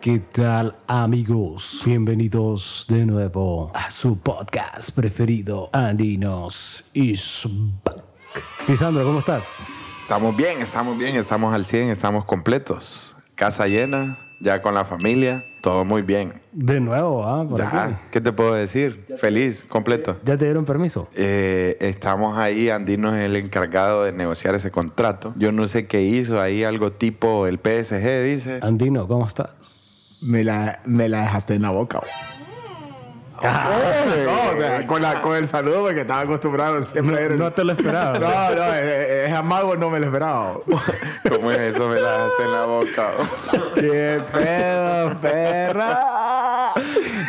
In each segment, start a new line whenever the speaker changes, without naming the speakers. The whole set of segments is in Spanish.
¿Qué tal amigos? Bienvenidos de nuevo a su podcast preferido, Andinos is Back. Lisandro, ¿cómo estás?
Estamos bien, estamos bien, estamos al 100, estamos completos. Casa llena, ya con la familia, todo muy bien.
De nuevo, ¿ah? Por aquí.
Ya, ¿qué te puedo decir? Feliz, completo.
¿Ya te dieron permiso?
Eh, estamos ahí, Andino es el encargado de negociar ese contrato. Yo no sé qué hizo, ahí algo tipo el PSG dice.
Andino, ¿cómo estás?
Me la, me la dejaste en la boca. güey.
Ah,
Ah, No, o sea, con, la, con el saludo porque estaba acostumbrado siempre a ir-
No te lo esperaba.
No, no, eh, es, es amago, no me lo esperaba.
¿Cómo es eso? Me la dejaste en la boca.
¡Qué pedo, perra!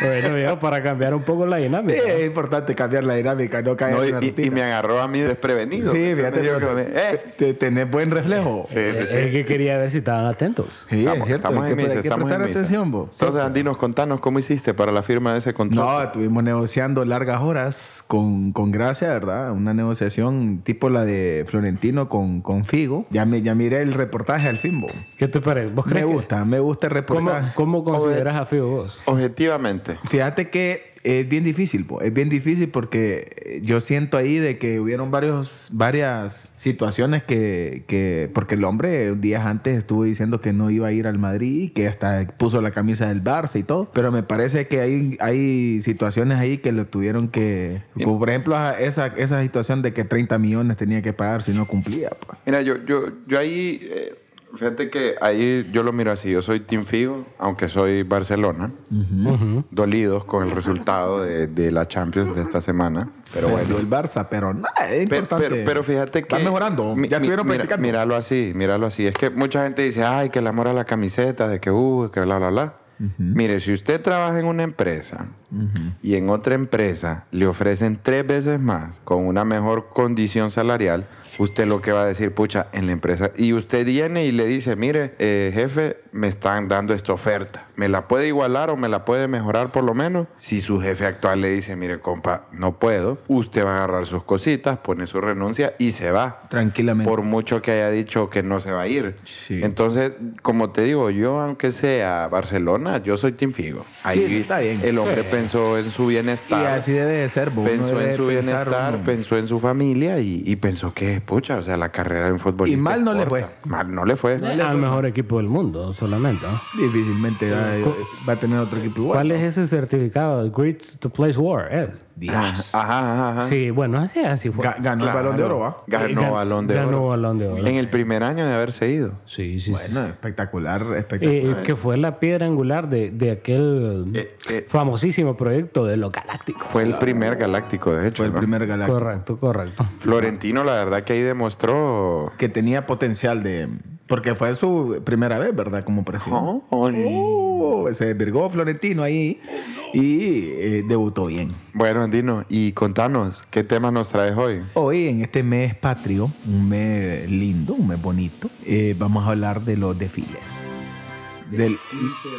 Bueno, viejo, para cambiar un poco la
Sí,
dinámica.
es importante cambiar la dinámica, no caer
No,
en la
y- y, y
rutina.
me agarró a mí desprevenido.
Sí, fíjate,
Yo
pero
como,
te-
eh.
te- tenés buen reflejo.
Sí, sí,
Eh, Es
sí.
que quería ver si estaban atentos.
Sí,
Estamos,
es cierto,
estamos
hay
en
que-
misa,
hay que
estamos en
prestar
misa.
atención, vos.
Entonces, Andinos, contanos cómo hiciste para la firma de ese contrato.
No, estuvimos negociando largas horas con, con Gracia, ¿verdad? Una negociación tipo la de Florentino con, con Figo. Ya, me, ya miré el reportaje al fin, vos.
¿Qué te parece? ¿Vos
Me
crees que-
gusta, me gusta el
¿Cómo,
reportaje.
cómo consideras a Figo vos?
Objetivamente.
Fíjate que es bien difícil, po. es bien difícil porque eh, yo siento ahí de que hubieron varios, varias situaciones que, que, porque el hombre eh, días antes estuvo diciendo que no iba a ir al Madrid, que hasta puso la camisa del Barça y todo, pero me parece que hay, hay situaciones ahí que lo tuvieron que, como por ejemplo a- esa, esa situación de que 30 millones tenía que pagar si no cumplía. po.
Mira, yo, yo, yo ahí, eh, fíjate que ahí yo lo miro así, yo soy Team Figo, aunque soy Barcelona, dolidos con el resultado de, de la Champions de esta semana, pero bueno.
Perdió el Barça, pero nada, es
Pero,
importante.
pero- pero fíjate que...
Está mejorando,
mi-
ya
mi-
estuvieron
mira-
practicando.
Míralo así, míralo así. Es que mucha gente dice, ay, que el amor a la camiseta, de que, uh, que bla, bla, bla. Mire, si usted trabaja en una empresa y en otra empresa le ofrecen tres veces más con una mejor condición salarial, usted lo que va a decir, pucha, en la empresa. Y usted viene y le dice, mire, eh, jefe, me están dando esta oferta. ¿Me la puede igualar o me la puede mejorar por lo menos? Si su jefe actual le dice, mire, compa, no puedo, usted va a agarrar sus cositas, pone su renuncia y se va
Tranquilamente.
por mucho que haya dicho que no se va a ir.
Sí.
Entonces, como te digo, yo aunque sea Barcelona, yo soy Team Figo. Ahí
Sí, está bien.
el hombre pensó en su
y
bienestar.
así debe de ser, bo. Uno
Pensó
debe
en su
pensar,
bienestar,
uno.
pensó en su familia y, y pensó que, pucha, o sea, la carrera de un futbolista.
Y mal no
es
le
corta. Mal no le fue.
Al mejor equipo del mundo, solamente. ¿no?
Difícilmente va, eh, va a tener otro equipo igual.
¿Cuál es ese certificado? Great to Place War. ¿eh?
Dios.
Ajá, ajá, ajá.
Sí, bueno, así, así fue.
Ga- ganó el balón de oro, ¿ah? ¿va?
Ganó
Gan-
balón de
ganó
oro.
Balón de Oro.
En el primer año de haberse ido.
sí, sí, sí.
Bueno, eh, espectacular, espectacular.
Eh, que fue la piedra angular de, de aquel
Eh, eh.
famosísimo proyecto de los galácticos.
Fue el primer galáctico, de hecho.
Fue el
¿no?
primer galáctico
Correcto, correcto.
Florentino, la verdad que ahí demostró.
que tenía potencial de. Porque fue su primera vez, ¿verdad? Como presidente. Uh, se desvirgó Florentino ahí y eh, debutó bien.
Bueno, Andino, y contanos, ¿qué tema nos traes hoy?
Hoy, en este mes patrio, un mes lindo, un mes bonito, eh, vamos a hablar de los desfiles. Del 15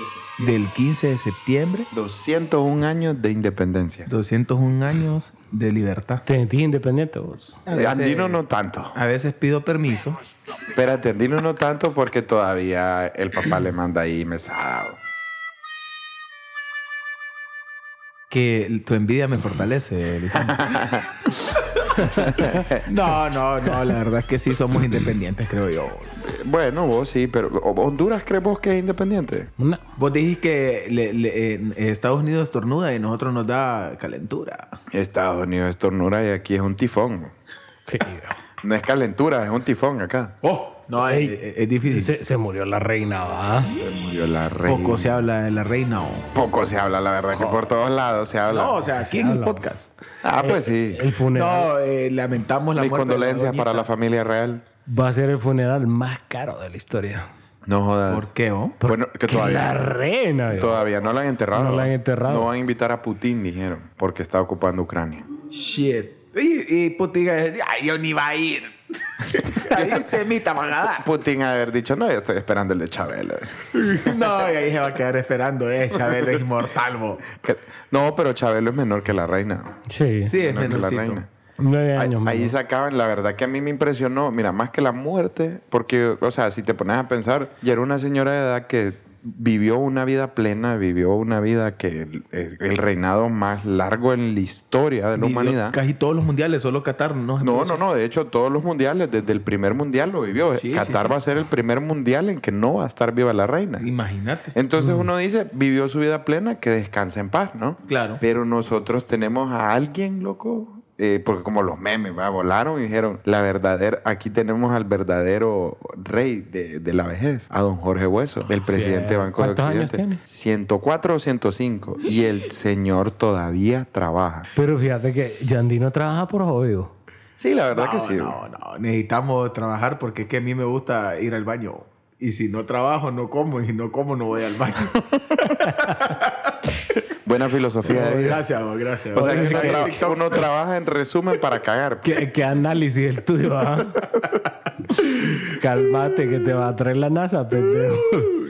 del 15 de septiembre,
201 años de independencia.
201 años de libertad.
Te sentís independiente vos.
A veces-
Andino no tanto.
A veces pido permiso.
Espérate, Andino no tanto porque todavía el papá le manda ahí mesado.
Que tu envidia me fortalece, Lisandro. no, no, no, la verdad es que sí somos independientes, creo yo.
Bueno, vos sí, pero ¿Ho- ¿Honduras crees vos que es independiente?
Una-
Vos dijiste que le- le- en Estados Unidos estornuda y nosotros nos da calentura.
Estados Unidos es tornura y aquí es un tifón.
sí. Oh.
No es calentura, es un tifón acá.
No, es, Eh, es- es difícil.
se, se murió la reina, ¿va?
Se murió la reina.
Poco se habla de la reina. O...
Poco se habla, la verdad, que por todos lados se habla.
No, o sea, aquí en el podcast.
ah, pues sí.
El funeral.
No, eh, lamentamos la
Mis
muerte. de la
condolencias
doñita.
para la familia real.
Va a ser el funeral más caro de la historia.
No jodas.
¿Por qué, oh?
Bueno, que
Que la
todavía,
reina. viejo.
todavía no la han enterrado.
No la han enterrado.
No van a invitar a Putin, dijeron, porque está ocupando Ucrania.
Shit. Y, y putiga, ay, yo ni va a ir. Ahí semita van a dar.
Putin ha de haber dicho, no, yo estoy esperando el de Chabelo.
No, y ahí se va a quedar esperando, eh. Chabelo es inmortal, bo.
Que- no, pero Chabelo es menor que la reina.
Sí.
Sí, es
menor que la
menorcito.
reina.
Nueve
Ahí,
años.
ahí
menos.
sacaban, la verdad que a mí me impresionó, mira, más que la muerte, porque, o sea, si te pones a pensar, ya era una señora de edad que vivió una vida plena, vivió una vida que el, el- el reinado más largo en la historia de la
Vivió
humanidad.
Casi todos los mundiales, solo Qatar. No,
No, no, no. De hecho, todos los mundiales, desde el primer mundial lo vivió.
Sí, sí,
Qatar
sí.
va a ser el primer mundial en que no va a estar viva la reina.
Imagínate.
Entonces uno dice, vivió su vida plena, que descanse en paz, ¿no?
Claro.
Pero nosotros tenemos a alguien, loco, eh, porque como los memes, ¿va? volaron y dijeron, la verdadera, aquí tenemos al verdadero rey de, de la vejez, a don Jorge Hueso, el presidente de Banco de
¿Cuántos años
Occidente.
tiene?
104 o 105. Y el señor todavía trabaja.
Pero fíjate que Yandino trabaja por hobby. bo.
Sí, la verdad
No,
que sí.
no, no. Necesitamos trabajar porque es que a mí me gusta ir al baño. Y si no trabajo, no como. Y si no como, no voy al baño.
Buena filosofía de vida.
gracias, vos, gracias.
O
vos.
sea que
Ahí
uno,
en
tra-
TikTok.
uno trabaja en resumen para cagar.
¿Qué, qué análisis el tuyo? ah? Calmate que te va a traer la NASA, pendejo.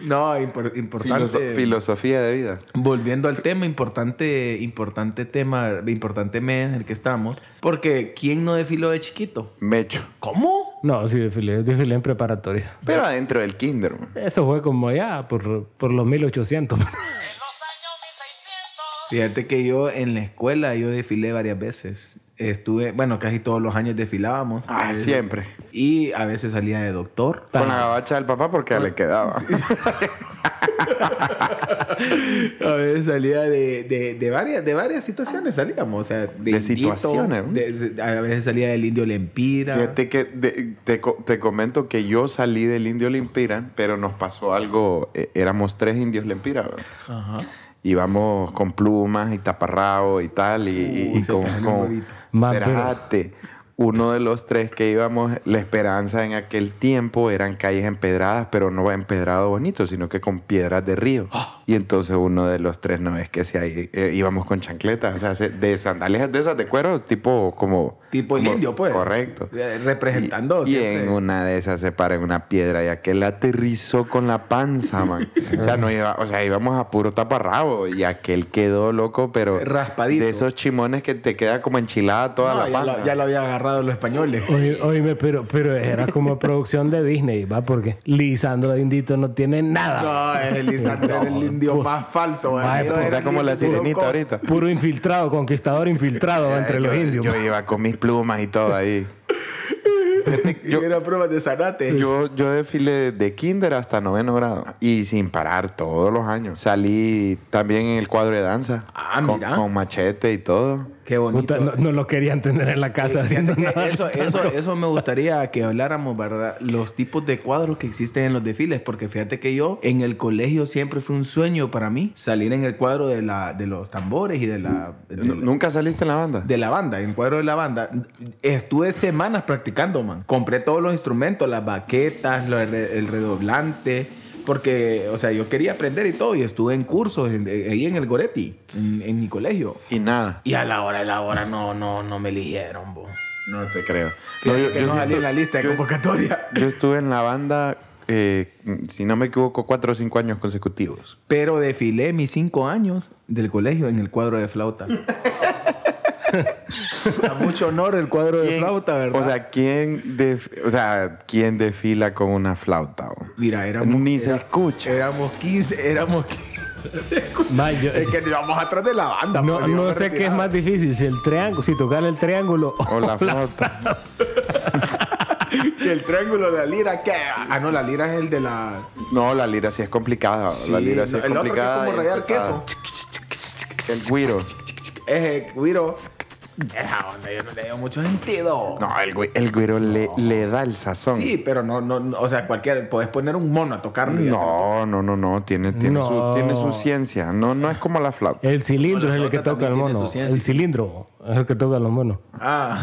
No, impor- importante.
Filoso- filosofía de vida.
Volviendo al tema, importante, importante tema, importante mes en el que estamos. Porque ¿quién no desfiló de chiquito?
Mecho.
¿Cómo?
No, sí, desfilé, desfilé en preparatoria.
Pero adentro del kinder. man.
Eso fue como ya por, por los 1800.
Fíjate que yo en la escuela yo desfilé varias veces. Estuve, bueno, casi todos los años desfilábamos.
Ah,
Eh,
siempre.
Y a veces salía de doctor.
Con la gabacha del papá porque le quedaba.
A veces salía de, de, de varias, de varias situaciones salíamos. O sea, de,
De
indito,
situaciones, ¿no?
de- de- a veces salía del indio Lempira.
Fíjate que de- te, co- te comento que yo salí del Indio Lempira, pero nos pasó algo. eh, éramos tres indios Lempira, ¿verdad?
Ajá.
Íbamos con plumas y taparrabo y tal. Y, y-
Uy,
y
se
con.
te salió un
con
huevito.
Man, pero-
espérate. Uno de los tres que íbamos, la esperanza en aquel tiempo eran calles empedradas, pero no empedrado bonito, sino que con piedras de río.
¡Ah!
Y entonces uno de los tres no es que si ahí eh, íbamos con chancletas, o sea, se- de sandalias de esas de cuero, tipo como.
Tipo el
como-
indio, pues.
Correcto.
Eh, Representando.
Y, y
siempre.
en una de esas se para en una piedra y aquel aterrizó con la panza, man. o, sea, no iba, o sea, íbamos a puro taparrabo y aquel quedó loco, pero...
Raspadito.
De esos chimones que te queda como enchilada toda
No,
la
ya,
panza.
lo, ya lo habían agarrado los españoles.
Oye, oíme, pero, pero era como producción de Disney, ¿va? Porque Lisandro Indito no tiene
Ah.
nada.
No, es el Isandro era el indio más falso.
Ay,
amigo,
puta,
era
Está
el
como la
indio
sirenita
loco.
ahorita. Eh,
Puro infiltrado, conquistador infiltrado entre los
yo,
indios.
yo iba con mis plumas y todo ahí.
Y era pruebas de zarate.
Yo, yo desfilé de kinder hasta noveno grado. Y sin parar todos los años. Salí también en el cuadro de danza.
Ah,
con,
mira.
con machete y todo.
Qué bonito.
Puta, no, no lo querían tener en la casa haciendo
Fíjate que
nada.
eso, eso, eso me gustaría que habláramos, ¿verdad? Los tipos de cuadros que existen en los desfiles, porque fíjate que yo en el colegio siempre fue un sueño para mí salir en el cuadro de, la, de los tambores y de la, de
Nu-
la-
¿Nunca saliste en la banda?
de la banda, en el cuadro de la banda. Estuve semanas practicando, man. Compré todos los instrumentos, las baquetas, lo- el redoblante. Porque, o sea, yo quería aprender y todo. Y estuve en cursos en- eh, ahí en el Goretti, en, en mi colegio.
Y nada.
Y a la hora de la hora no, no, no me eligieron, bo.
No te creo.
No,
yo,
que
yo
no
sí
salí
estu-
en la lista de
yo-
convocatoria.
yo estuve en la banda, eh, si no me equivoco, cuatro o cinco años consecutivos.
Pero desfilé mis cinco años del colegio en el cuadro de flauta. A mucho honor el cuadro de
¿Quién-
flauta, ¿verdad?
O sea, ¿quién, def- o sea, ¿quién desfila con una flauta? o?
mira, éramos,
Ni se escucha.
éramos 15, éramos 15.
Ma, yo-
Es que nos íbamos atrás de la banda.
no,
pues, íbamos
no sé qué es
retirados.
más difícil, si el triángulo, si tocar el triángulo
O la flauta.
Que el triángulo, la lira, ¿qué? Ah, no, la lira es el de la...
No, la lira sí es complicada. la
Sí,
lira sí
no,
es
el otro que es
complicada.
como
y
rayar
pesada.
queso.
El güiro.
Es el guiro. Esa onda, yo no le veo mucho sentido.
No, el, güi- el güiro le, le da el sazón.
Sí, pero no, no, no, o sea, cualquier, podés poner un mono a tocarlo. y ya te-
No, no, no, no. Tiene, tiene,
No.
Su, tiene su ciencia. No, no es como la flauta.
El cilindro
Bueno,
es el
la
que
flauta
toca el
también tiene
mono.
su ciencia.
El cilindro es el que toca los monos.
Ah,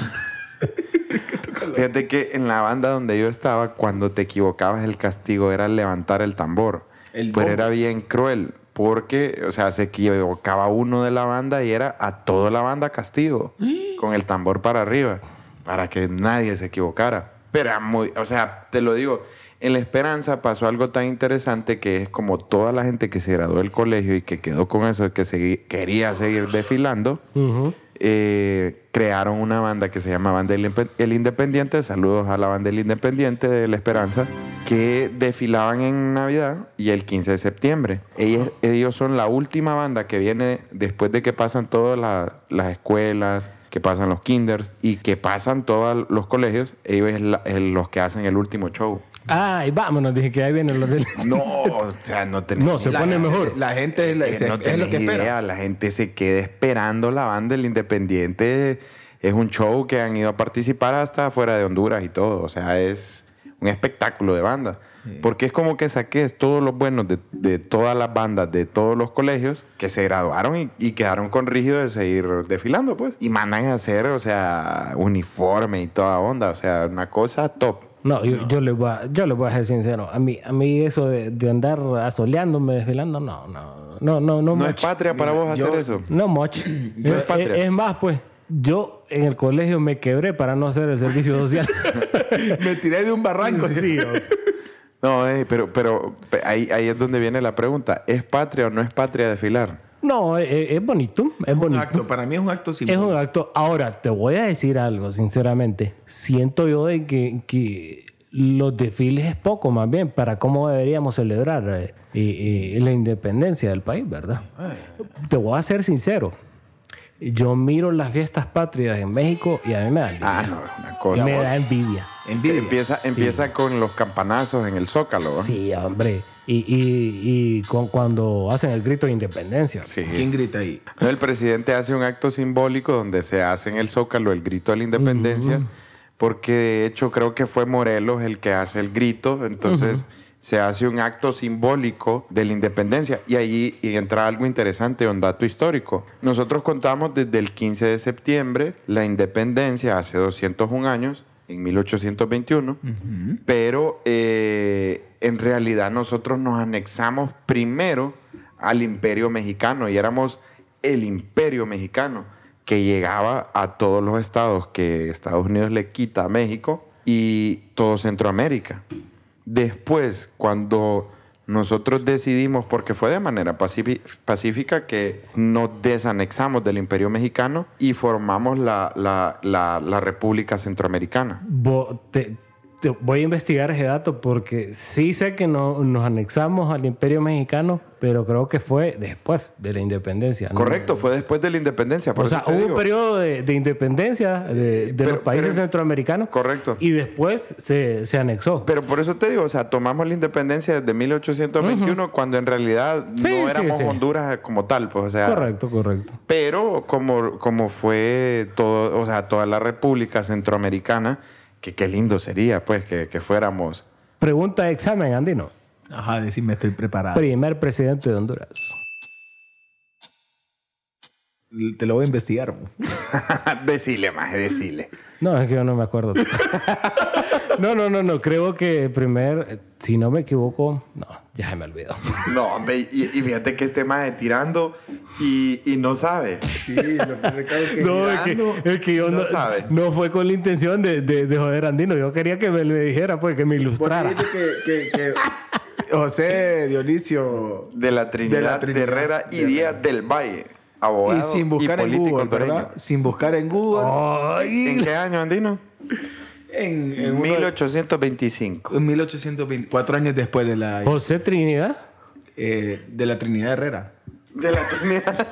Fíjate que en la banda donde yo estaba, cuando te equivocabas, el castigo era levantar el tambor.
El
Pero
bombo.
era bien cruel. Porque, o sea, se equivocaba uno de la banda y era a toda la banda castigo. Con el tambor para arriba. Para que nadie se equivocara. Pero era muy, o sea, te lo digo. En La Esperanza pasó algo tan interesante que es como toda la gente que se graduó del colegio y que quedó con eso, que segui- quería seguir desfilando,
Ujú.
eh, crearon una banda que se llama Banda El Impe- El Independiente, saludos a la Banda El Independiente de La Esperanza, que desfilaban en Navidad y el 15 de septiembre. Ellos, ellos son la última banda que viene después de que pasan todas la- las escuelas, que pasan los kinders y que pasan todos los colegios, ellos es la- es los que hacen el último show.
Ay, vámonos, dije que ahí vienen los del...
No, o sea, no tenemos
No, se
la
pone
gente
mejor.
La gente es, la-
que
se-
no
es lo
tenés
que espera.
idea, la gente se queda esperando la banda El Independiente. Es un show que han ido a participar hasta fuera de Honduras y todo. O sea, es un espectáculo de banda.
Mm.
Porque es como que saques todos los buenos de, de todas las bandas, de todos los colegios que se graduaron y, y quedaron con rígido de seguir desfilando, pues. Y mandan a hacer, o sea, uniforme y toda onda. O sea, una cosa top.
No, yo, yo les voy a, yo les voy a ser sincero. A mí, a mí eso de, de andar asoleándome, desvelando, no, no, no, no, no,
No es
much.
patria para vos
yo-
hacer eso.
No much.
No es
es,
patria.
es- es más, pues, yo en el colegio me quebré para no hacer el servicio social.
Me tiré de un barranco.
Sí, o-
No, eh, pero, pero pe- ahí, ahí es donde viene la pregunta. ¿Es patria o no es patria desfilar?
no, es, es- es bonito, es
Un
bonito.
acto, para mí es un acto
Es
simbólico.
un acto. Ahora, te voy a decir algo, sinceramente. Siento yo de que, que los desfiles es poco, más bien, para cómo deberíamos celebrar eh, eh, eh, la independencia del país, ¿verdad? Te voy a ser sincero. Yo miro las fiestas patrias en México y a mí me da, envidia.
Ah, no, es una cosa.
me da envidia.
Envidia.
Empieza, empieza con los campanazos en el zócalo. ¿va?
Sí, hombre. Y, y- y con- cuando hacen el grito de independencia.
Sí.
¿Quién grita ahí?
No, El presidente hace un acto simbólico donde se hace en el zócalo el grito a la independencia, porque de hecho creo que fue Morelos el que hace el grito, entonces se hace un acto simbólico de la independencia y ahí y entra algo interesante, un dato histórico. Nosotros contamos desde el 15 de septiembre la independencia hace 201 años, en 1821, pero eh, en realidad nosotros nos anexamos primero al imperio mexicano y éramos el imperio mexicano que llegaba a todos los estados que Estados Unidos le quita a México y todo Centroamérica. Después, cuando nosotros decidimos, porque fue de manera pacifi- pacífica, que nos desanexamos del imperio mexicano y formamos la, la- la- la República Centroamericana.
Vo- te- te voy a investigar ese dato porque sí sé que no, nos anexamos al Imperio Mexicano, pero creo que fue después de la independencia. ¿no?
Correcto, fue después de la independencia. por
O
eso
sea,
te
hubo un
digo. Eh,
periodo de, de independencia de, de
pero-
los países
pero-
centroamericanos.
Correcto.
Y después se, se anexó.
Pero por eso te digo, o sea, tomamos la independencia desde 1821 cuando en realidad
Sí, sí,
no éramos
sí.
Honduras como tal, pues, o sea,
correcto, correcto.
pero como, como fue todo, o sea, toda la República Centroamericana, que qué lindo sería, pues, que, que fuéramos.
Pregunta de examen, Andino.
Ajá, decime, estoy preparado.
Primer presidente de Honduras.
Te lo voy a investigar. po.
decile, más, decile.
No, es que yo no me acuerdo. no, no, no, no. Creo que el primer, si no me equivoco, no, ya se me olvidó.
No, hombre, y, y fíjate que este más tirando y, y no sabe.
Sí, lo que recalco es que
No, es
mirando-
que, es que yo
no
no,
sabe.
no fue con la intención de, de, de joder a Andino. Yo quería que me le dijera, pues, que me ilustrara.
Porque dice que- que- que José Dionisio
De la Trinidad, de,
Trinidad.
Herrera y Díaz del Valle, abogado
y sin buscar en
político
Google,
hondureño.
¿verdad? Sin buscar en Google.
Oh.
¿En
Ay,
qué año, Andino?
En, en uno-
1825.
en 1824 años después de la,
José Trinidad.
eh, de la Trinidad Herrera.
De la Trinidad.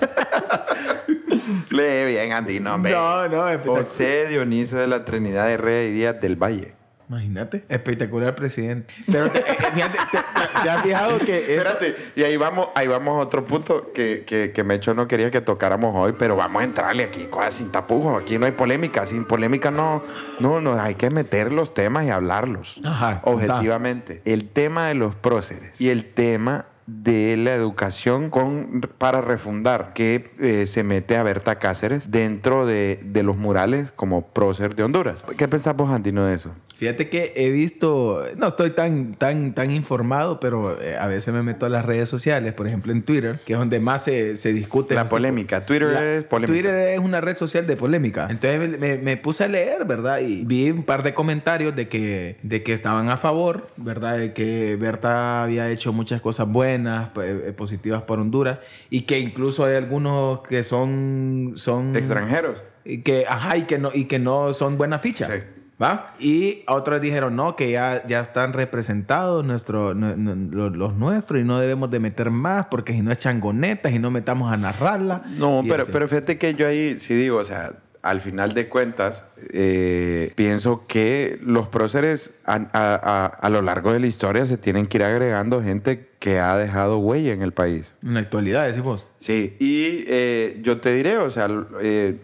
Le bien, Andino, hombre.
No, no, espectacular.
José Dioniso de la Trinidad Herrera y Díaz del Valle.
Imagínate. Espectacular presidente. Pero te, eh, fíjate, te- te- te has fijado que es-
Espérate, y ahí vamos, ahí vamos a otro punto que, que, que Mecho no quería que tocáramos hoy, pero vamos a entrarle aquí, cosas sin tapujos, aquí no hay polémica, sin polémica no, no, no, hay que meter los temas y hablarlos.
Ajá,
Objetivamente. El tema de los próceres y el tema de la educación con, para refundar que eh, se mete a Berta Cáceres dentro de, de los murales como prócer de Honduras. ¿Qué pensás vos, Andino, de eso?
Fíjate que he visto, no estoy tan, tan, tan informado, pero eh, a veces me meto a las redes sociales, por ejemplo en Twitter, que es donde más se, se discute.
La
este tipo-
polémica. Twitter
La-
es polémica.
Twitter es una red social de polémica. Entonces me, me puse a leer, ¿verdad? Y vi un par de comentarios de que, de que estaban a favor, ¿verdad? De que Berta había hecho muchas cosas buenas, p- eh, positivas por Honduras. Y que incluso hay algunos que son... son
Extranjeros.
y que ajá y que no y que no son buena ficha
Sí.
va y otros dijeron no que ya, ya están representados nuestro, nu- nu- los, los nuestros y no debemos de meter más porque si no es changoneta y no metamos a narrarla
No,
Y
pero,
así.
pero fíjate que yo ahí sí digo, o sea, al final de cuentas, eh, pienso que los próceres a, a- a- a lo largo de la historia se tienen que ir agregando gente que ha dejado huella en el país.
en la actualidad decimos
Sí, y eh, yo te diré, o sea, l- eh,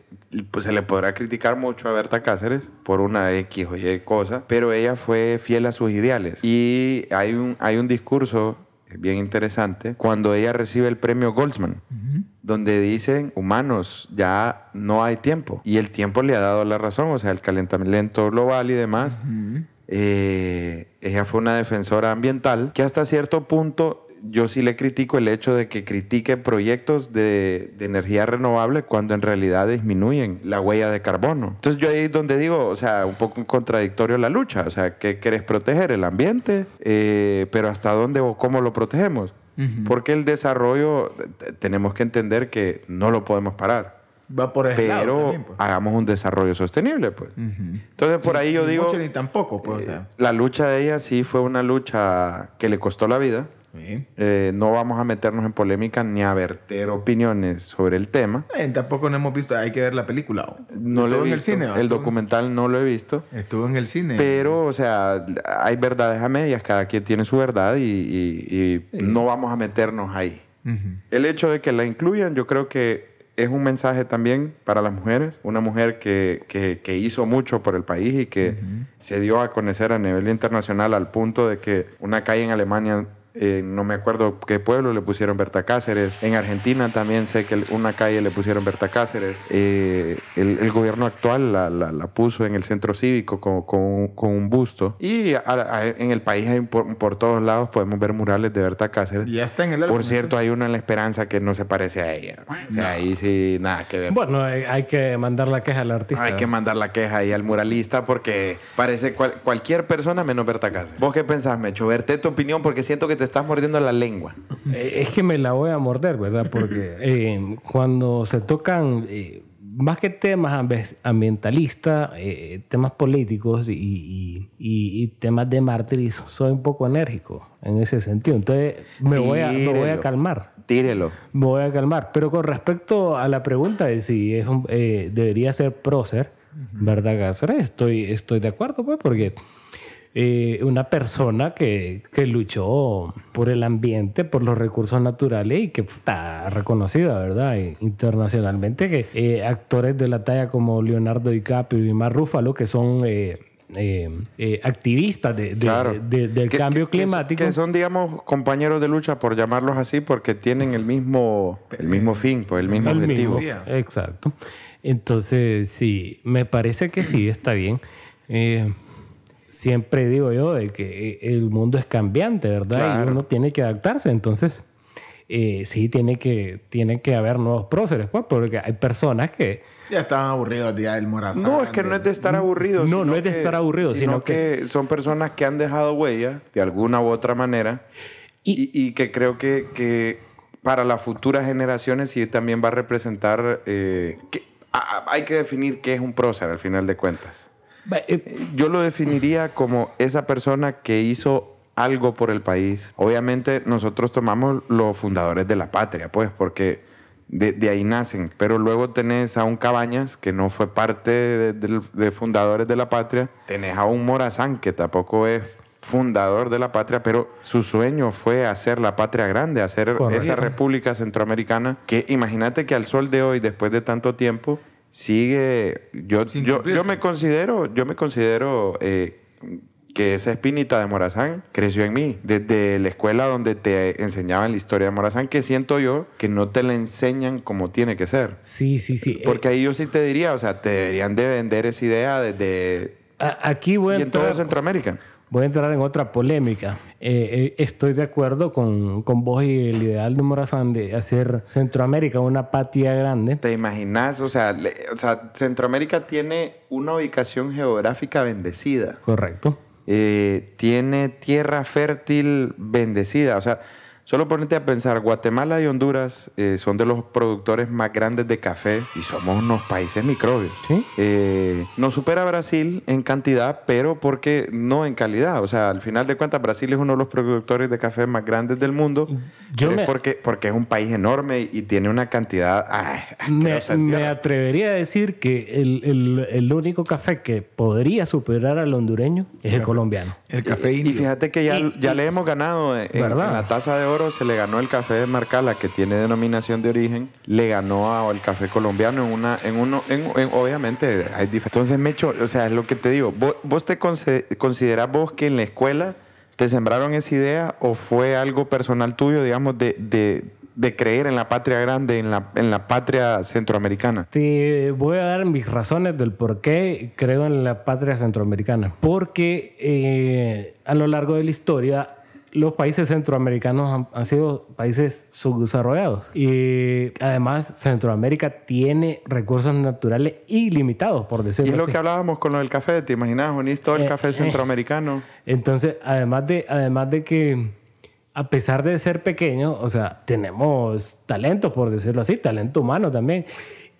pues se le podrá criticar mucho a Berta Cáceres por una X o Y cosa, pero ella fue fiel a sus ideales. Y hay un, hay un discurso bien interesante cuando ella recibe el premio Goldsman, donde dicen, humanos, ya no hay tiempo. Y el tiempo le ha dado la razón, o sea, el calentamiento global y demás. Eh, ella fue una defensora ambiental que hasta cierto punto yo sí le critico el hecho de que critique proyectos de, de energía renovable cuando en realidad disminuyen la huella de carbono. Entonces yo ahí es donde digo, o sea, un poco contradictorio la lucha, o sea, ¿qué querés proteger? ¿El ambiente? Eh, pero ¿hasta dónde o cómo lo protegemos? Porque el desarrollo eh, t- tenemos que entender que no lo podemos parar,
va por el
pero
pues.
hagamos un desarrollo sostenible, pues. Entonces por ahí yo digo...
Mm. mucho ni tampoco pues, o
Eh,
sea.
La lucha de ella sí fue una lucha que le costó la vida.
Sí.
Eh, no vamos a meternos en polémica ni a verter opiniones sobre el tema.
Eh, tampoco no hemos visto hay que ver la película ¿o?
No lo
Estuvo
he
en
visto.
el
El,
cine ¿o? Estuvo-
documental no lo he visto.
estuvo en el cine
Pero, o sea, hay verdades a medias, cada quien tiene su verdad y, y- y no vamos a meternos ahí.
Ujú.
El hecho de que la incluyan, yo creo que es un mensaje también para las mujeres. Una mujer que, que- que hizo mucho por el país y que se dio a conocer a nivel internacional al punto de que una calle en Alemania, eh, no me acuerdo qué pueblo, le pusieron Berta Cáceres. En Argentina también sé que una calle le pusieron Berta Cáceres. Eh, el, el gobierno actual la, la- la puso en el centro cívico con, con un- con un busto. Y a- a- en el país, hay por, por todos lados, podemos ver murales de Berta Cáceres.
ya está en el álbum,
Por cierto, hay uno en La Esperanza que no se parece a ella. O sea, ahí sí, nada que ver.
Bueno, hay, hay que mandar la queja al artista.
Hay que mandar la queja ahí al muralista porque parece cual- cualquier persona menos Berta Cáceres. ¿Vos qué pensás, Mecho? Verte tu opinión porque siento que te estás mordiendo la lengua.
Eh, Es que me la voy a morder, ¿verdad? Porque eh, cuando se tocan eh, más que temas ambe- ambientalistas, eh, temas políticos y, y- y- y temas de mártires, soy un poco enérgico en ese sentido. Entonces me voy a, me voy a
Tírelo.
calmar.
Tírelo.
Me voy a calmar. Pero con respecto a la pregunta de si es un- eh, debería ser prócer, ¿verdad, Cáceres? Estoy, estoy de acuerdo, pues, porque eh, una persona que, que luchó por el ambiente, por los recursos naturales y que está reconocida, ¿verdad? Y- internacionalmente, que eh, actores de la talla como Leonardo DiCaprio y Mar Rúfalo, que son... eh, eh, eh, activistas de, de-
Claro.
de- del
Que-
cambio
que- que son-
climático.
Que son, digamos, compañeros de lucha, por llamarlos así, porque tienen el mismo, el mismo fin, pues, el mismo
El
objetivo.
mismo, Exacto. Entonces, sí, me parece que sí, está bien. Eh, siempre digo yo de que eh, el mundo es cambiante, ¿verdad? Y
Claro.
uno tiene que adaptarse. Entonces, eh, sí, tiene que, tiene que haber nuevos próceres, pues, porque hay personas que...
ya estaban aburridos ya del morazán
No, es que no es de estar aburrido.
No,
sino
no es de
que-
estar aburrido, sino que-
son personas que han dejado huella de alguna u otra manera
Y-
y, y que creo que, que para las futuras generaciones sí también va a representar... eh, que, a- a- hay que definir qué es un prócer al final de cuentas.
eh,
Yo lo definiría como esa persona que hizo algo por el país. Obviamente nosotros tomamos los fundadores de la patria, pues, porque de, de ahí nacen. Pero luego tenés a un Cabañas, que no fue parte de, de- de fundadores de la patria. Tenés a un Morazán, que tampoco es fundador de la patria, pero su sueño fue hacer la patria grande, hacer
Correcto.
esa República Centroamericana, que imagínate que al sol de hoy, después de tanto tiempo, sigue, yo,
Sin
yo,
cumplirse.
yo me considero, yo me considero eh, que esa espinita de Morazán creció en mí, desde la escuela donde te enseñaban la historia de Morazán, que siento yo que no te la enseñan como tiene que ser.
sí, sí, sí. eh,
Porque ahí yo sí te diría, o sea, te deberían de vender esa idea desde
a- aquí voy a
Y en todo
entrar,
Centroamérica.
voy a entrar en otra polémica. Eh, eh, estoy de acuerdo con, con vos y el ideal de Morazán de hacer Centroamérica una patria grande.
¿Te imaginas? O sea, le- o sea, Centroamérica tiene una ubicación geográfica bendecida.
Correcto.
Eh, tiene tierra fértil bendecida. O sea, solo ponete a pensar, Guatemala y Honduras eh, son de los productores más grandes de café y somos unos países microbios.
Sí.
Eh, nos supera Brasil en cantidad, pero porque no en calidad. O sea, al final de cuentas, Brasil es uno de los productores de café más grandes del mundo.
Yo
pero es
me-
porque, porque es un país enorme y tiene una cantidad... ay,
Me,
asquerosa de
me
tierra.
atrevería a decir que el, el- el único café que podría superar al hondureño es el colombiano.
El café
Y- Y
indio.
fíjate que ya,
Y-
ya le hemos ganado eh, en,
¿Verdad?
en la taza de oro, se le ganó el café de Marcala, que tiene denominación de origen, le ganó al café colombiano en una, en uno, en, en- obviamente hay diferencias. Entonces, Mecho, o sea, es lo que te digo, ¿vos, vos te conse- considerás vos que en la escuela te sembraron esa idea o fue algo personal tuyo, digamos, de, de, de creer en la patria grande, en la, en la patria centroamericana?
Te voy a dar mis razones del por qué creo en la patria centroamericana. Porque eh, a lo largo de la historia, los países centroamericanos han, han sido países subdesarrollados. Y además, Centroamérica tiene recursos naturales ilimitados, por
Y
decirlo
es lo
así.
que hablábamos con lo del café, ¿te imaginas, Jonís, todo el
Eh,
café
eh.
centroamericano?
Entonces, además de, además de que, a pesar de ser pequeño, o sea, tenemos talento, por decirlo así, talento humano también.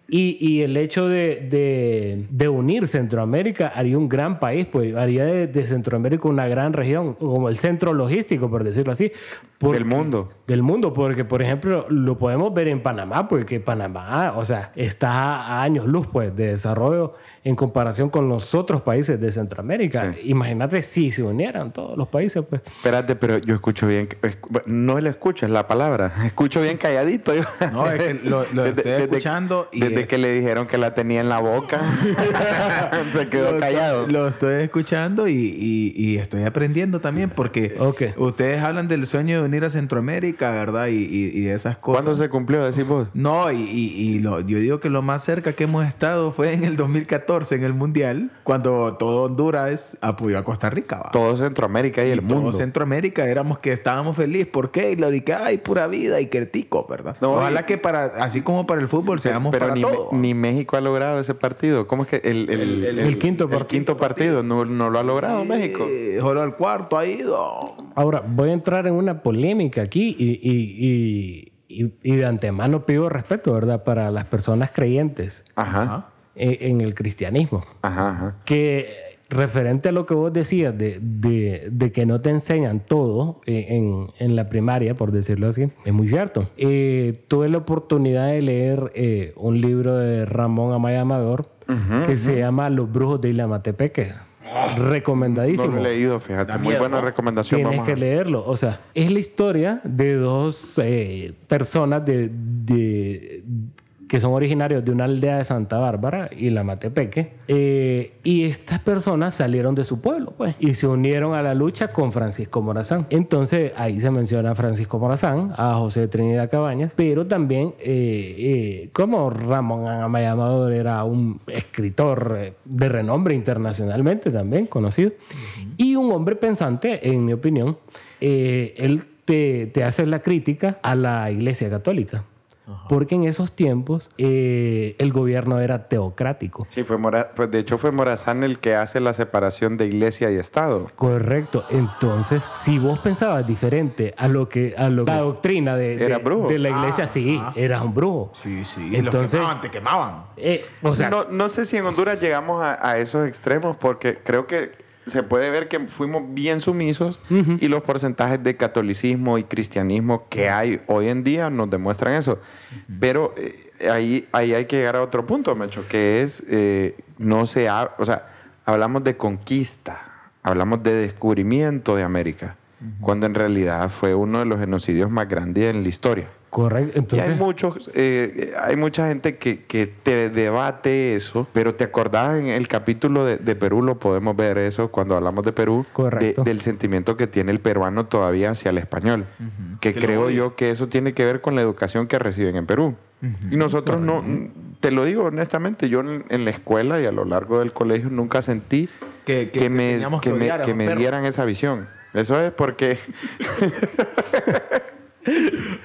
Y, y el hecho de, de- de unir Centroamérica haría un gran país, pues haría de, de Centroamérica una gran región, como el centro logístico, por decirlo así. por-
Del mundo.
del mundo, porque por ejemplo lo podemos ver en Panamá, porque Panamá, o sea, está a años luz pues de desarrollo en comparación con los otros países de Centroamérica.
Sí.
Imagínate si se unieran todos los países, pues.
Espérate, pero yo escucho bien. escu- No lo escucho, es la palabra. Escucho bien calladito. yo.
No, es que lo, lo estoy escuchando y...
desde
es-
que le dijeron que la tenía en la boca, se quedó
lo-
callado.
Lo estoy escuchando y, y- y estoy aprendiendo también porque
Ok.
ustedes hablan del sueño de unir a Centroamérica, ¿verdad? Y, y- y de esas cosas.
¿Cuándo se cumplió, decís vos?
No, y, y- y lo- yo digo que lo más cerca que hemos estado fue en el 2014, en el Mundial, cuando todo Honduras apoyó a Costa Rica. ¿va?
Todo Centroamérica y, el
Todo
mundo.
Centroamérica éramos que estábamos felices. ¿Por qué? Y lo de que ay, pura vida y que tico, ¿verdad?
No,
Ojalá
y-
que para, así como para el fútbol, seamos
pero
para
ni,
todo.
Me- ni México ha logrado ese partido. ¿Cómo es que el, el-
El- el-
El quinto
el quinto partido no, no lo ha logrado México?
Eh, Joró al cuarto, ha ido.
Ahora, voy a entrar en una polémica aquí y, y- y- y- y de antemano pido respeto, ¿verdad? Para las personas creyentes
Ajá,
Ah,
eh, en el cristianismo.
ajá, ajá.
que referente a lo que vos decías de, de- de que no te enseñan todo eh, en, en la primaria, por decirlo así, es muy cierto. Eh, tuve la oportunidad de leer eh, un libro de Ramón Amaya Amador que se llama Los Brujos de Ilamatepeque.
Ah, No
Recomendadísimo.
lo he leído, fíjate.
Da
Muy
miedo.
buena recomendación.
Tienes
Vamos
que
a-
leerlo. O sea, es la historia de dos eh, personas de, de- que son originarios de una aldea de Santa Bárbara y la Matepeque. Eh, y estas personas salieron de su pueblo, pues, y se unieron a la lucha con Francisco Morazán. Entonces, ahí se menciona a Francisco Morazán, a José Trinidad Cabañas, pero también, eh, eh, como Ramón Amaya Amador era un escritor eh, de renombre internacionalmente también conocido, y un hombre pensante, en mi opinión, eh, él te, te hace la crítica a la Iglesia Católica. Porque en esos tiempos eh, el gobierno era teocrático.
Sí, fue Mora- pues de hecho fue Morazán el que hace la separación de iglesia y Estado.
Correcto. Entonces, si vos pensabas diferente a lo que a lo que- la doctrina de, de-
Era brujo.
de la iglesia,
Ah,
sí,
ajá.
eras un brujo.
Sí, sí. los
Entonces,
quemaban, te quemaban.
eh, o sea,
no, no sé si en Honduras llegamos a, a esos extremos porque creo que se puede ver que fuimos bien sumisos y los porcentajes de catolicismo y cristianismo que hay hoy en día nos demuestran eso. Pero eh, ahí, ahí hay que llegar a otro punto, Mecho, que es, eh, no se ha- o sea, hablamos de conquista, hablamos de descubrimiento de América, cuando en realidad fue uno de los genocidios más grandes en la historia.
correcto. Entonces,
Y hay muchos, eh, hay mucha gente que, que te debate eso, pero te acordás en el capítulo de, de Perú, lo podemos ver eso cuando hablamos de Perú,
Correcto.
de- del sentimiento que tiene el peruano todavía hacia el español, que,
Que lo
creo
odia.
yo que eso tiene que ver con la educación que reciben en Perú. Y nosotros no, te lo digo honestamente, yo en, en la escuela y a lo largo del colegio nunca sentí
que, que-
que
que
me,
teníamos
que
que
me-
odiar a
que
los
me
perros.
dieran esa visión. Eso es porque.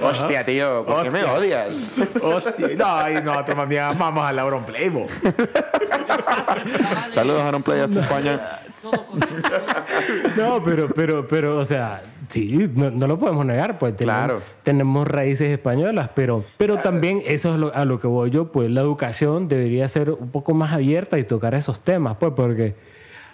Hostia, tío, ¿por qué me
Hostia.
odias?
Hostia. No, ay, nosotros también amamos a Lauron Playbo.
Saludos a un play hasta España.
No, pero, pero, pero, o sea, sí, no, no lo podemos negar, pues tenemos,
Claro. Ah.
tenemos raíces españolas, pero, pero también eso es lo- a lo que voy yo, pues la educación debería ser un poco más abierta y tocar esos temas, pues porque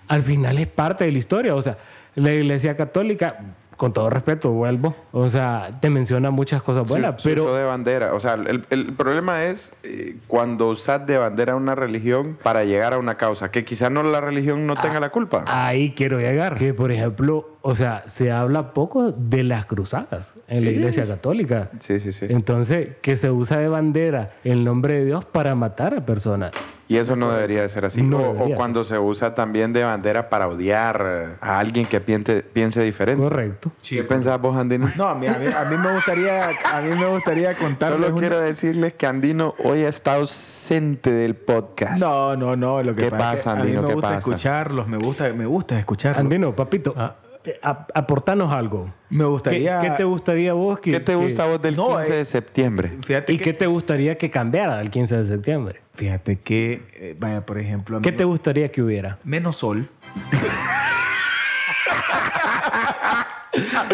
al final es parte de la historia, o sea, la Iglesia Católica, con todo respeto, vuelvo, o sea, te menciona muchas cosas buenas,
Se- se
pero...
usó de bandera. O sea, el, el problema es eh, cuando usas de bandera una religión para llegar a una causa, que quizás no la religión no tenga la culpa.
Ahí quiero llegar. Que, por ejemplo, o sea, se habla poco de las cruzadas en la Iglesia Católica.
Sí, sí, sí.
Entonces, que se usa de bandera el nombre de Dios para matar a personas.
Y eso no debería de ser así.
No
o, o
debería.
cuando se usa también de bandera para odiar a alguien que piente- piense diferente.
Correcto.
¿Qué pensás vos, Andino?
No, a mí, a mí, a mí me gustaría, a mí me gustaría contarles
Solo
una-
quiero decirles que Andino hoy está ausente del podcast.
No, no, no. Lo que
¿Qué
pasa, es que
pasa,
a
Andino?
mí me
¿Qué
gusta
pasa?
escucharlos, me gusta, me gusta escucharlos.
Andino, papito, eh, ap- aportanos algo.
me
¿Qué,
gustaría.
qué te gustaría a vos? Que,
¿Qué te
que-
gusta a vos del
No,
15
eh,
de septiembre?
Fíjate
¿Y
que,
qué te gustaría que cambiara el 15 de septiembre?
fíjate que, eh, vaya, por ejemplo, a mí
¿Qué
me-
te gustaría que hubiera?
menos sol.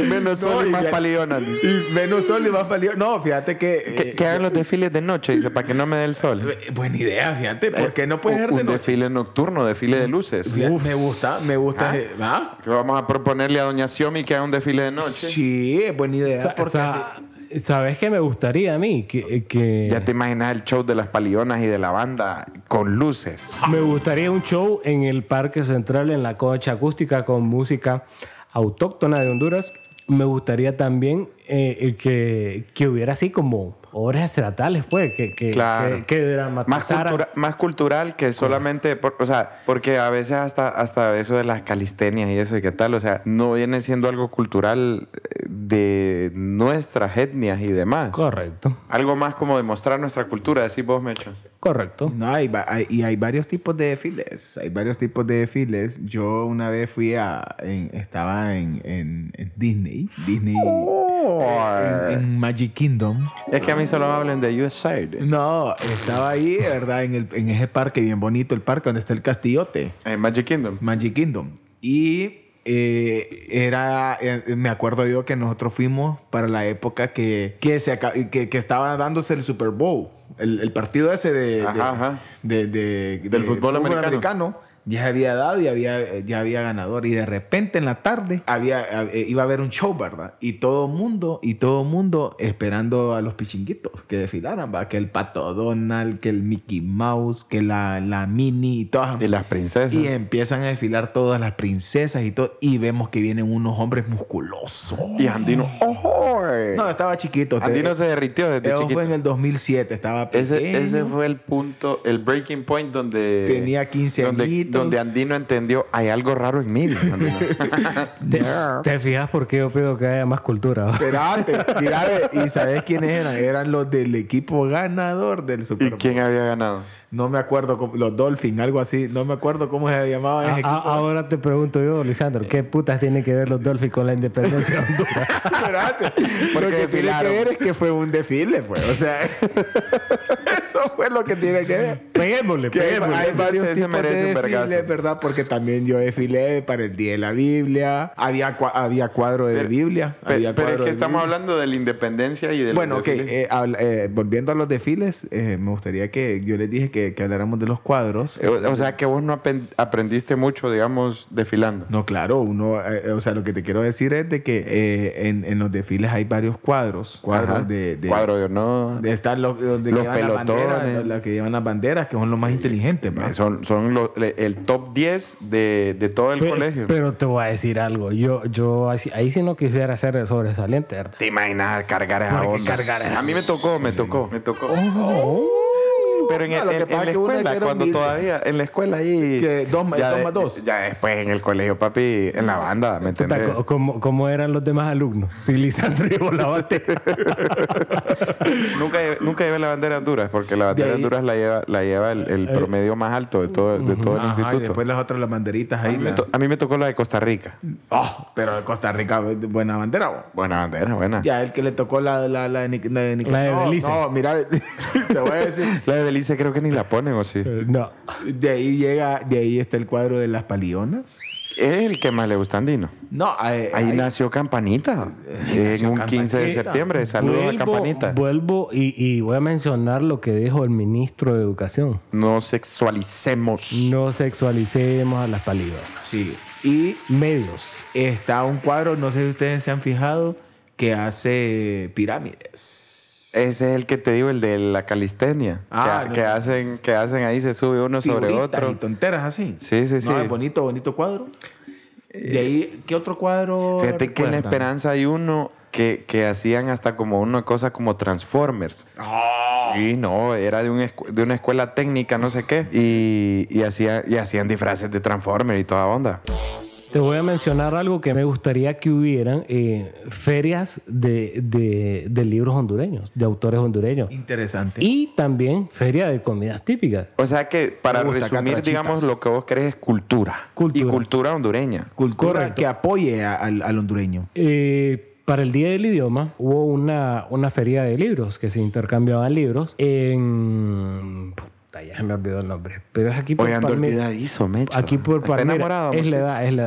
Menos sol y más palillón, Andino.
Y menos sol y más pálido. No, fíjate que.
Que,
eh,
que hagan los desfiles de noche, dice, para que no me dé el sol.
eh, buena idea, fíjate. ¿Por qué no puede
Un-
ser de
Un
noche?
desfile nocturno, desfile de luces.
Fíjate, Me gusta, me gusta. eh, ¿ah?
Que vamos a proponerle a Doña Xiomi que haga un desfile de noche.
Sí, es buena idea.
Sa-
porque así-
sa- ¿Sabes qué me gustaría a mí? Que, que-
Ya te imaginas el show de las palillonas y de la banda con luces.
Me gustaría un show en el Parque Central, en la cocha acústica, con música autóctona de Honduras. Me gustaría también eh, eh, que, que hubiera así como obras estratales, pues, que,
Eh,
que,
Claro.
que, que
Más,
dramatizaran.
cultura- más cultural que solamente, por- o sea, porque a veces hasta, hasta eso de las calistenias y eso y qué tal, o sea, no viene siendo algo cultural eh, de nuestras etnias y demás.
Correcto,
Algo más como demostrar nuestra cultura, decís vos, Mecho.
correcto.
No, hay va- hay- y hay varios tipos de desfiles. Hay varios tipos de desfiles. Yo una vez fui a. en- estaba en, en- en Disney. Disney.
Oh.
Oh, eh, En, en Magic Kingdom.
Eh, Es que a mí solo me hablan de USA.
No, estaba ahí, ¿verdad? En, el, en ese parque bien bonito, el parque donde está el castillote.
En Eh, Magic Kingdom.
Magic Kingdom. Y eh, era, eh, me acuerdo yo que nosotros fuimos para la época que, que, se aca- que, que estaba dándose el Super Bowl, el, el partido ese de, de-
Ajá, ajá.
de- de-
Del fútbol americano.
Ya se había dado y había, eh, ya había ganador. Y de repente en la tarde había, eh, iba a haber un show, ¿verdad? Y todo mundo, y todo mundo esperando a los pichinguitos que desfilaran, ¿va? Que el Pato Donald, que el Mickey Mouse, que la, la Mini y todas.
Y las princesas.
Y empiezan a desfilar todas las princesas y todo. Y vemos que vienen unos hombres musculosos.
Y Andino. ¡Ojo!
No, estaba chiquito. te-
Andino se derritió desde
Eso
chiquito.
fue en el 2007. Estaba pequeño.
Ese, ese fue el punto, el breaking point donde...
Tenía 15
donde,
añitos.
donde Andino entendió, hay algo raro en mí. dijo Andino.
¿Te, te fijas por qué yo pido que haya más cultura?
Esperate, mira, ve, ¿y sabes quiénes eran? Eran los del equipo ganador del Super
¿Y
Bowl.
quién había ganado?
No me acuerdo, cómo- los Dolphins, algo así. No me acuerdo cómo se llamaban
A-
ese
Ah,
a- ahora te pregunto yo, Lisandro, ¿qué putas tiene que ver los Dolphins con la independencia de Honduras?
Esperate.
Porque
Lo que tiene que
ah. desfilaron.
ver es que fue un desfile, pues. O sea, eso fue lo que tiene que ver.
Peguémosle,
Que
peguémosle.
hay
ese-
varios
ese
tipos
merece
de
un vergazo.
desfiles, ¿verdad? Porque también yo desfilé para el Día de la Biblia. Había, cua- había cuadro de Biblia.
Pe-
había
Pero, es
cuadro
que
de
estamos
Biblia.
hablando de la independencia y del...
Bueno, ok.
desfile.
eh, habla- eh, volviendo a los desfiles, eh, me gustaría que... Yo les dije que, que habláramos de los cuadros.
O, o sea, que vos no apen- aprendiste mucho, digamos, desfilando.
No, claro, uno, eh, o sea, lo que te quiero decir es de que eh, en, en los desfiles hay varios cuadros,
Ajá.
cuadros de, de-
Cuadro de honor.
de estar los, donde
Los
llevan las
pelotones.
banderas, los, los que llevan las banderas, que son los más inteligentes, ¿va?
Eh, Son, son lo- le- el top 10 de, de todo el
Pe-
colegio.
Pero te voy a decir algo. Yo, yo así- ahí sí no quisiera ser sobresaliente, ¿verdad?
Te imaginas cargar esa
Porque Oh,
onda.
cargar esa
Oh, A mí me tocó, me tocó, me tocó. Pero en,
No, lo
en-
que
en
pasa es
la
que uno
escuela,
era
cuando
humilde.
todavía, en la escuela ahí.
Que dos más- dos
de-
más dos.
Ya después en el colegio, papi, en la banda, ¿me
Puta,
entendés?
co- como, como eran los demás alumnos. Si Lisandro llevó la batea.
nunca, lle- nunca llevé la bandera de Honduras, porque la bandera de,
ahí- Eh,
Honduras la lleva, la lleva el, el promedio más alto de todo, de todo el
Ajá, y
instituto.
después las otras, las banderitas
a,
ahí.
mí me
la-
to- a mí me tocó la de Costa Rica.
Oh, pero de Costa Rica, buena bandera, vos.
Buena bandera, buena.
Ya, el que le tocó la, la, la de Nic- la de Nicaragua.
La de
no,
Belice.
No, mira, te voy a decir.
La de Belice creo que ni la ponen, ¿o sí?
No.
De ahí llega, de ahí está el cuadro de las palionas.
Es el que más le gusta a Andino.
No, ahí,
Ahí
ahí-
nació Campanita. en un 15 de
Eh, Campanita.
septiembre. Saludos a
Vuelvo-
Campanita.
Vuelvo y, y voy a mencionar lo que dijo el ministro de Educación.
No sexualicemos.
No sexualicemos a las palivas.
Sí. Y
Medios.
está un cuadro, no sé si ustedes se han fijado, que hace pirámides.
Ese es el que te digo, el de la calistenia.
Ah,
que,
no.
que hacen, que hacen ahí, se sube uno sobre
Figuritas
otro.
Y tonteras así.
Sí, sí,
No,
sí. Eh,
es bonito, bonito cuadro. De ahí, ¿qué otro cuadro?
Fíjate que en La
recuerdan?
Esperanza hay uno que, que hacían hasta como una cosa como Transformers.
Ah.
Sí, no, era de, un escu- de una escuela técnica, no sé qué. Y, y, hacía- y hacían disfraces de Transformers y toda onda.
Te voy a mencionar algo que me gustaría que hubieran eh, ferias de, de- de libros hondureños, de autores hondureños.
Interesante.
Y también feria de comidas típicas.
O sea que para
Me gusta,
resumir,
catrachitas.
digamos, lo que vos crees es cultura.
Cultura.
Y cultura hondureña.
Cultura
Correcto.
que apoye a- al, al hondureño.
Eh, para el Día del Idioma hubo una, una feria de libros que se intercambiaban libros en... Puta, ya se me olvidó el nombre. Pero es aquí por
Hoy ando
Palmi-
olvidadizo, Mecho.
Aquí por
Está
Palmira.
enamorado,
Es la
amorcito.
edad, es la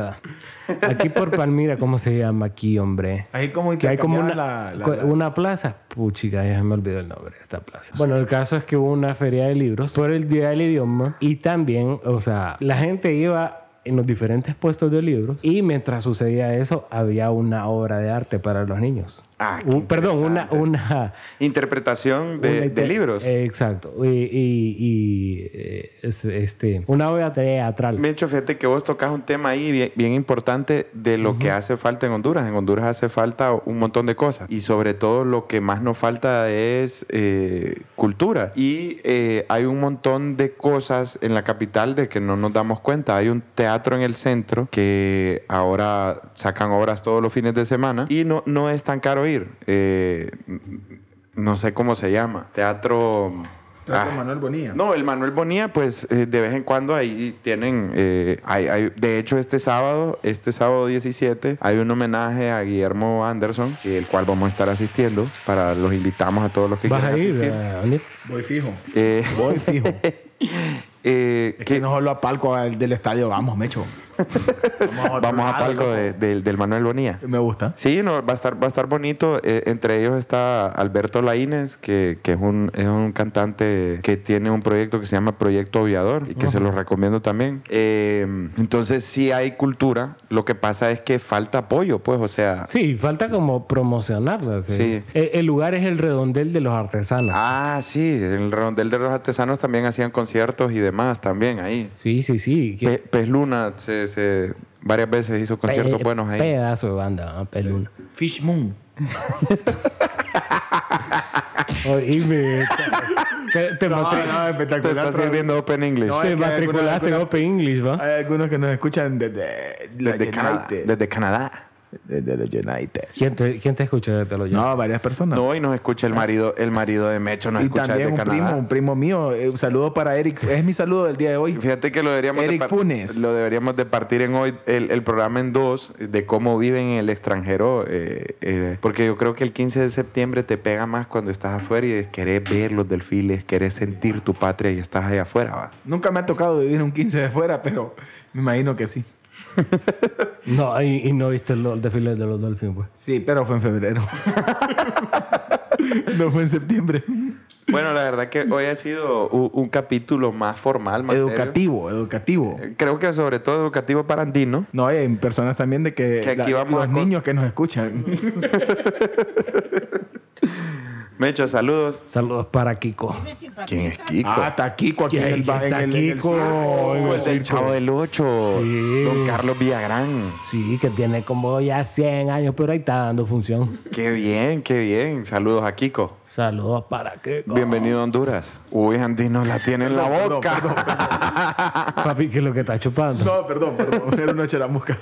edad. Aquí por Palmira, ¿cómo se llama aquí, hombre?
Ahí como
Que hay como una,
intercambiaban la- la-
cu-
la-
una plaza. Puchica, ya me olvidó el nombre de esta plaza. Bueno, el caso es que hubo una feria de libros por el Día del Idioma y también, o sea, la gente iba en los diferentes puestos de libros y mientras sucedía eso había una obra de arte para los niños.
Ah, qué
Un- perdón, una,
interesante.
una,
Interpretación de,
una
de
inter-
libros.
Eh, exacto. Y, y- y, eh, es- este, una obra teatral.
Mecho, fíjate que vos tocas un tema ahí bien, bien importante de lo que hace falta en Honduras. En Honduras hace falta un montón de cosas. Y sobre todo lo que más nos falta es eh, cultura. Y eh, hay un montón de cosas en la capital de que no nos damos cuenta. Hay un teatro en el centro que ahora sacan obras todos los fines de semana y no, no es tan caro ir. Eh, no sé cómo se llama. Teatro...
Trato
ah,
Manuel Bonilla.
no, el Manuel Bonilla, pues eh, de vez en cuando ahí tienen. eh, hay- hay- de hecho, este sábado, este sábado 17, hay un homenaje a Guillermo Anderson, eh, el cual vamos a estar asistiendo. Para los invitamos a todos los que
¿Vas
quieran
a ir,
asistir.
eh, Anit?
Voy fijo.
Eh,
Voy fijo. es
eh,
que
que
no solo a palco al del estadio, vamos, Mecho. Vamos otro
vamos a
lado,
palco de- del- del Manuel Bonilla.
loco. Me gusta.
Sí, no, va a estar, va a estar bonito. Eh, entre ellos está Alberto Laínez, que, que es, un, es un cantante que tiene un proyecto que se llama Proyecto Aviador y que se lo recomiendo también. Eh, entonces sí hay cultura. Lo que pasa es que falta apoyo, pues, o sea...
Sí, falta como promocionarla. Sí.
Sí.
El, el lugar es el redondel de los artesanos.
Ah, sí, en el Rondel de los Artesanos también hacían conciertos y demás, también ahí.
Sí, sí, sí.
Pe- Pez Luna se, se- varias veces hizo conciertos
pe-
buenos ahí.
Pedazo de banda, ¿ah? peluna.
Fish Moon.
Oíme, te, te
No,
matri-
no,
Te
espectacular.
está
Tro-
sirviendo Open English.
No,
te
es que
matriculaste en
alguna-
Open English, ¿va?
Hay algunos que nos escuchan desde, la
desde, Canadá,
United.
desde Canadá.
Desde los United.
¿Quién te, quién te escucha? Te lo llamo.
No, varias personas.
No, y nos escucha el marido, el marido de Mecho, nos
y
escucha
también un
desde Canadá.
primo, un primo mío. Eh, Un saludo para Eric. Es mi saludo del día de hoy.
Fíjate que lo deberíamos,
Eric
par-
Funes.
lo deberíamos de partir en hoy el, el programa en dos de cómo viven en el extranjero. eh, eh, porque yo creo que el 15 de septiembre te pega más cuando estás afuera y querés ver los delfiles, querés sentir tu patria y estás allá afuera. va.
Nunca me ha tocado vivir un 15 de fuera, pero me imagino que sí.
No, y, y no viste el, el desfile de los Dolphins, pues.
Sí, pero fue en febrero. no fue en septiembre.
Bueno, la verdad que hoy ha sido u- un, capítulo más formal, más serio.
Educativo, educativo.
Creo que sobre todo educativo para Andino.
No, hay personas también de que,
Que aquí
la-
vamos a
los
con-
niños que nos escuchan.
Mecho, saludos.
Saludos para Kiko.
¿Quién es Kiko?
Ah, está Kiko aquí en el, ba-
Está
en el- en el
Kiko.
circo.
Kiko, el del Chavo
pues.
del Ocho.
Sí.
Don Carlos Villagrán.
Sí, que tiene como ya 100 años, pero ahí está dando función.
Qué bien, qué bien. Saludos a Kiko.
Saludos para Kiko.
Bienvenido a Honduras. Uy, Andino la tiene en la
Perdón,
boca.
perdón,
Papi, que es lo que está chupando.
No, perdón, perdón. Era una charamusca.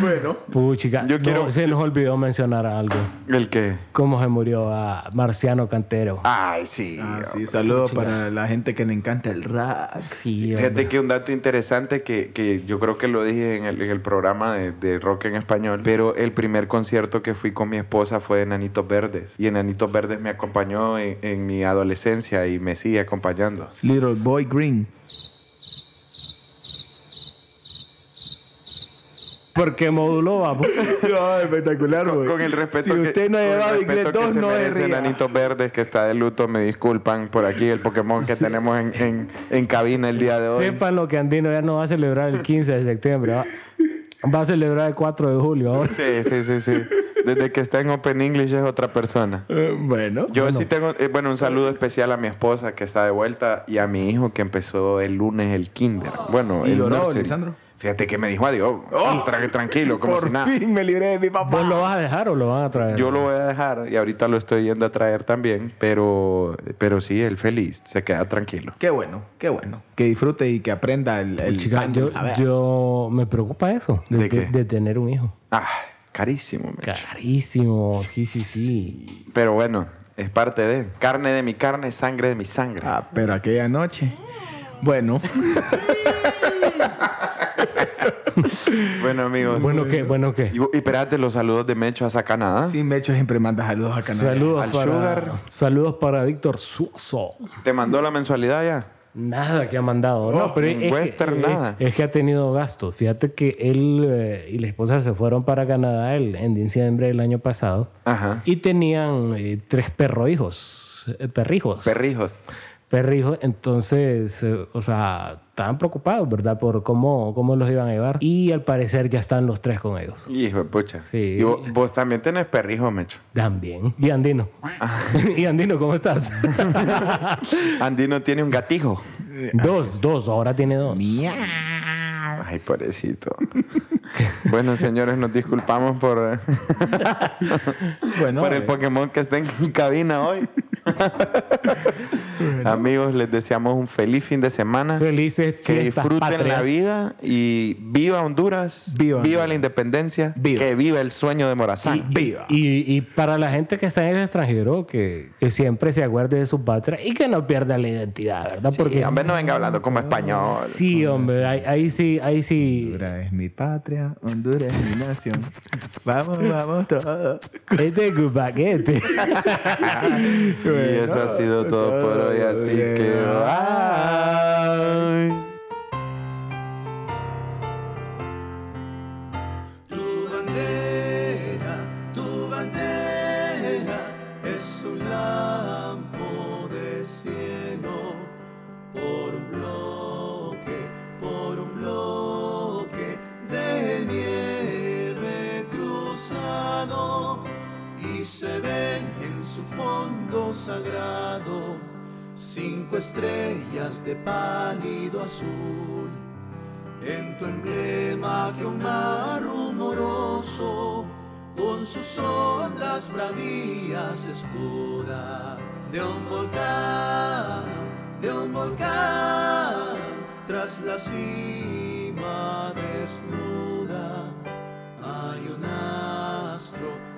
bueno.
Puchica.
Yo
No,
quiero-
se nos olvidó mencionar algo.
¿El qué?
Cómo se murió a Marciano Cantero.
Ay, sí.
Ah, sí, saludos para la gente que le encanta el rap.
sí, hombre.
Fíjate que un dato interesante que, que yo creo que lo dije en el, en el programa de, de rock en español, pero el primer concierto que fui con mi esposa fue de Nanitos Verdes. Y Nanitos Verdes me acompañó en, en mi adolescencia y me sigue acompañando.
Little Boy Green.
Porque moduló, vamos.
No, Ah, espectacular, güey.
Con el respeto
Pues, Si
que-
usted no ha
con el
llevado
respeto
inglés
que
2,
se
no es
merece Nanitos Verdes que está de luto, me disculpan por aquí el Pokémon que tenemos en, en- en cabina el día de hoy.
Sepan lo que Andino ya no va a celebrar el 15 de septiembre. Va, va a celebrar el 4 de julio. ahora.
Sí, sí, sí, sí. Desde que está en Open English es otra persona.
Eh, bueno.
Yo sí tengo, eh, bueno, un saludo especial a mi esposa que está de vuelta y a mi hijo que empezó el lunes el kinder. Bueno,
¿Y
el
lloró,
nursery.
Lisandro? Oh.
Fíjate que me dijo adiós. Tra- tranquilo, como
Por
si nada.
fin me libré de mi papá.
¿Vos lo vas a dejar o lo van a traer?
Yo lo voy a dejar y ahorita lo estoy yendo a traer también, pero, pero sí, él feliz, se queda tranquilo.
Qué bueno, qué bueno. Que disfrute y que aprenda el. el
Pues, Chica,
tándem.
yo,
A ver.
yo- me preocupa eso. De,
¿De qué?
de- de tener un hijo.
Ah, carísimo. men.
Carísimo. Sí, sí, sí.
Pero bueno, es parte de carne de mi carne, sangre de mi sangre.
Ah, pero aquella noche. Bueno,
Bueno, amigos.
Bueno, ¿qué? Bueno, ¿qué?
Y, y espérate, los saludos de Mecho hasta Canadá.
sí, Mecho siempre manda saludos a Canadá.
Saludos
Al
para,
Sugar.
saludos para Víctor Suoso.
¿Te mandó la mensualidad ya?
Nada que ha mandado. no, pero
en
es,
Oh, Western,
que, es-
nada.
Es, que ha tenido gastos. Fíjate que él eh, y la esposa se fueron para Canadá el- en diciembre del año pasado
Ajá.
y tenían eh, tres perrohijos. eh, perrijos.
Perrijos.
perrijos. Entonces, eh, o sea, estaban preocupados, ¿verdad? Por cómo, cómo los iban a llevar. Y al parecer ya están los tres con ellos.
Hijo de pucha.
Sí.
Y vos, vos también tenés perrijos, Mecho.
También. Y Andino.
Ah.
y Andino, ¿cómo estás?
Andino tiene un gatijo.
dos, dos. Ahora tiene dos.
Ay, pobrecito. bueno, señores, nos disculpamos por, eh,
Bueno,
por
eh,
el Pokémon que está en cabina hoy. Amigos, les deseamos un feliz fin de semana.
Felices
Que
fiestas
disfruten la
patrias.
vida y viva Honduras, viva,
Viva Honduras.
la independencia,
Viva.
que viva el sueño de Morazán.
viva.
Y, y para la gente que está en el extranjero, que, que siempre se acuerde de su patria y que no pierda la identidad, ¿verdad?
Porque
Porque
hombre no venga hablando como español.
sí, hombre, ahí, ahí sí, ahí sí.
Honduras es mi patria, Honduras es mi nación. Vamos, vamos todos.
Este es paquete.
Y eso ha sido todo por hoy, así que bye.
Tu bandera, tu bandera es un lampo de cielo por un bloque, por un bloque de nieve cruzado y se ven en su fondo sagrado cinco estrellas de pálido azul en tu emblema que un mar rumoroso con sus ondas bravías escuda de un volcán, de un volcán tras la cima desnuda hay un astro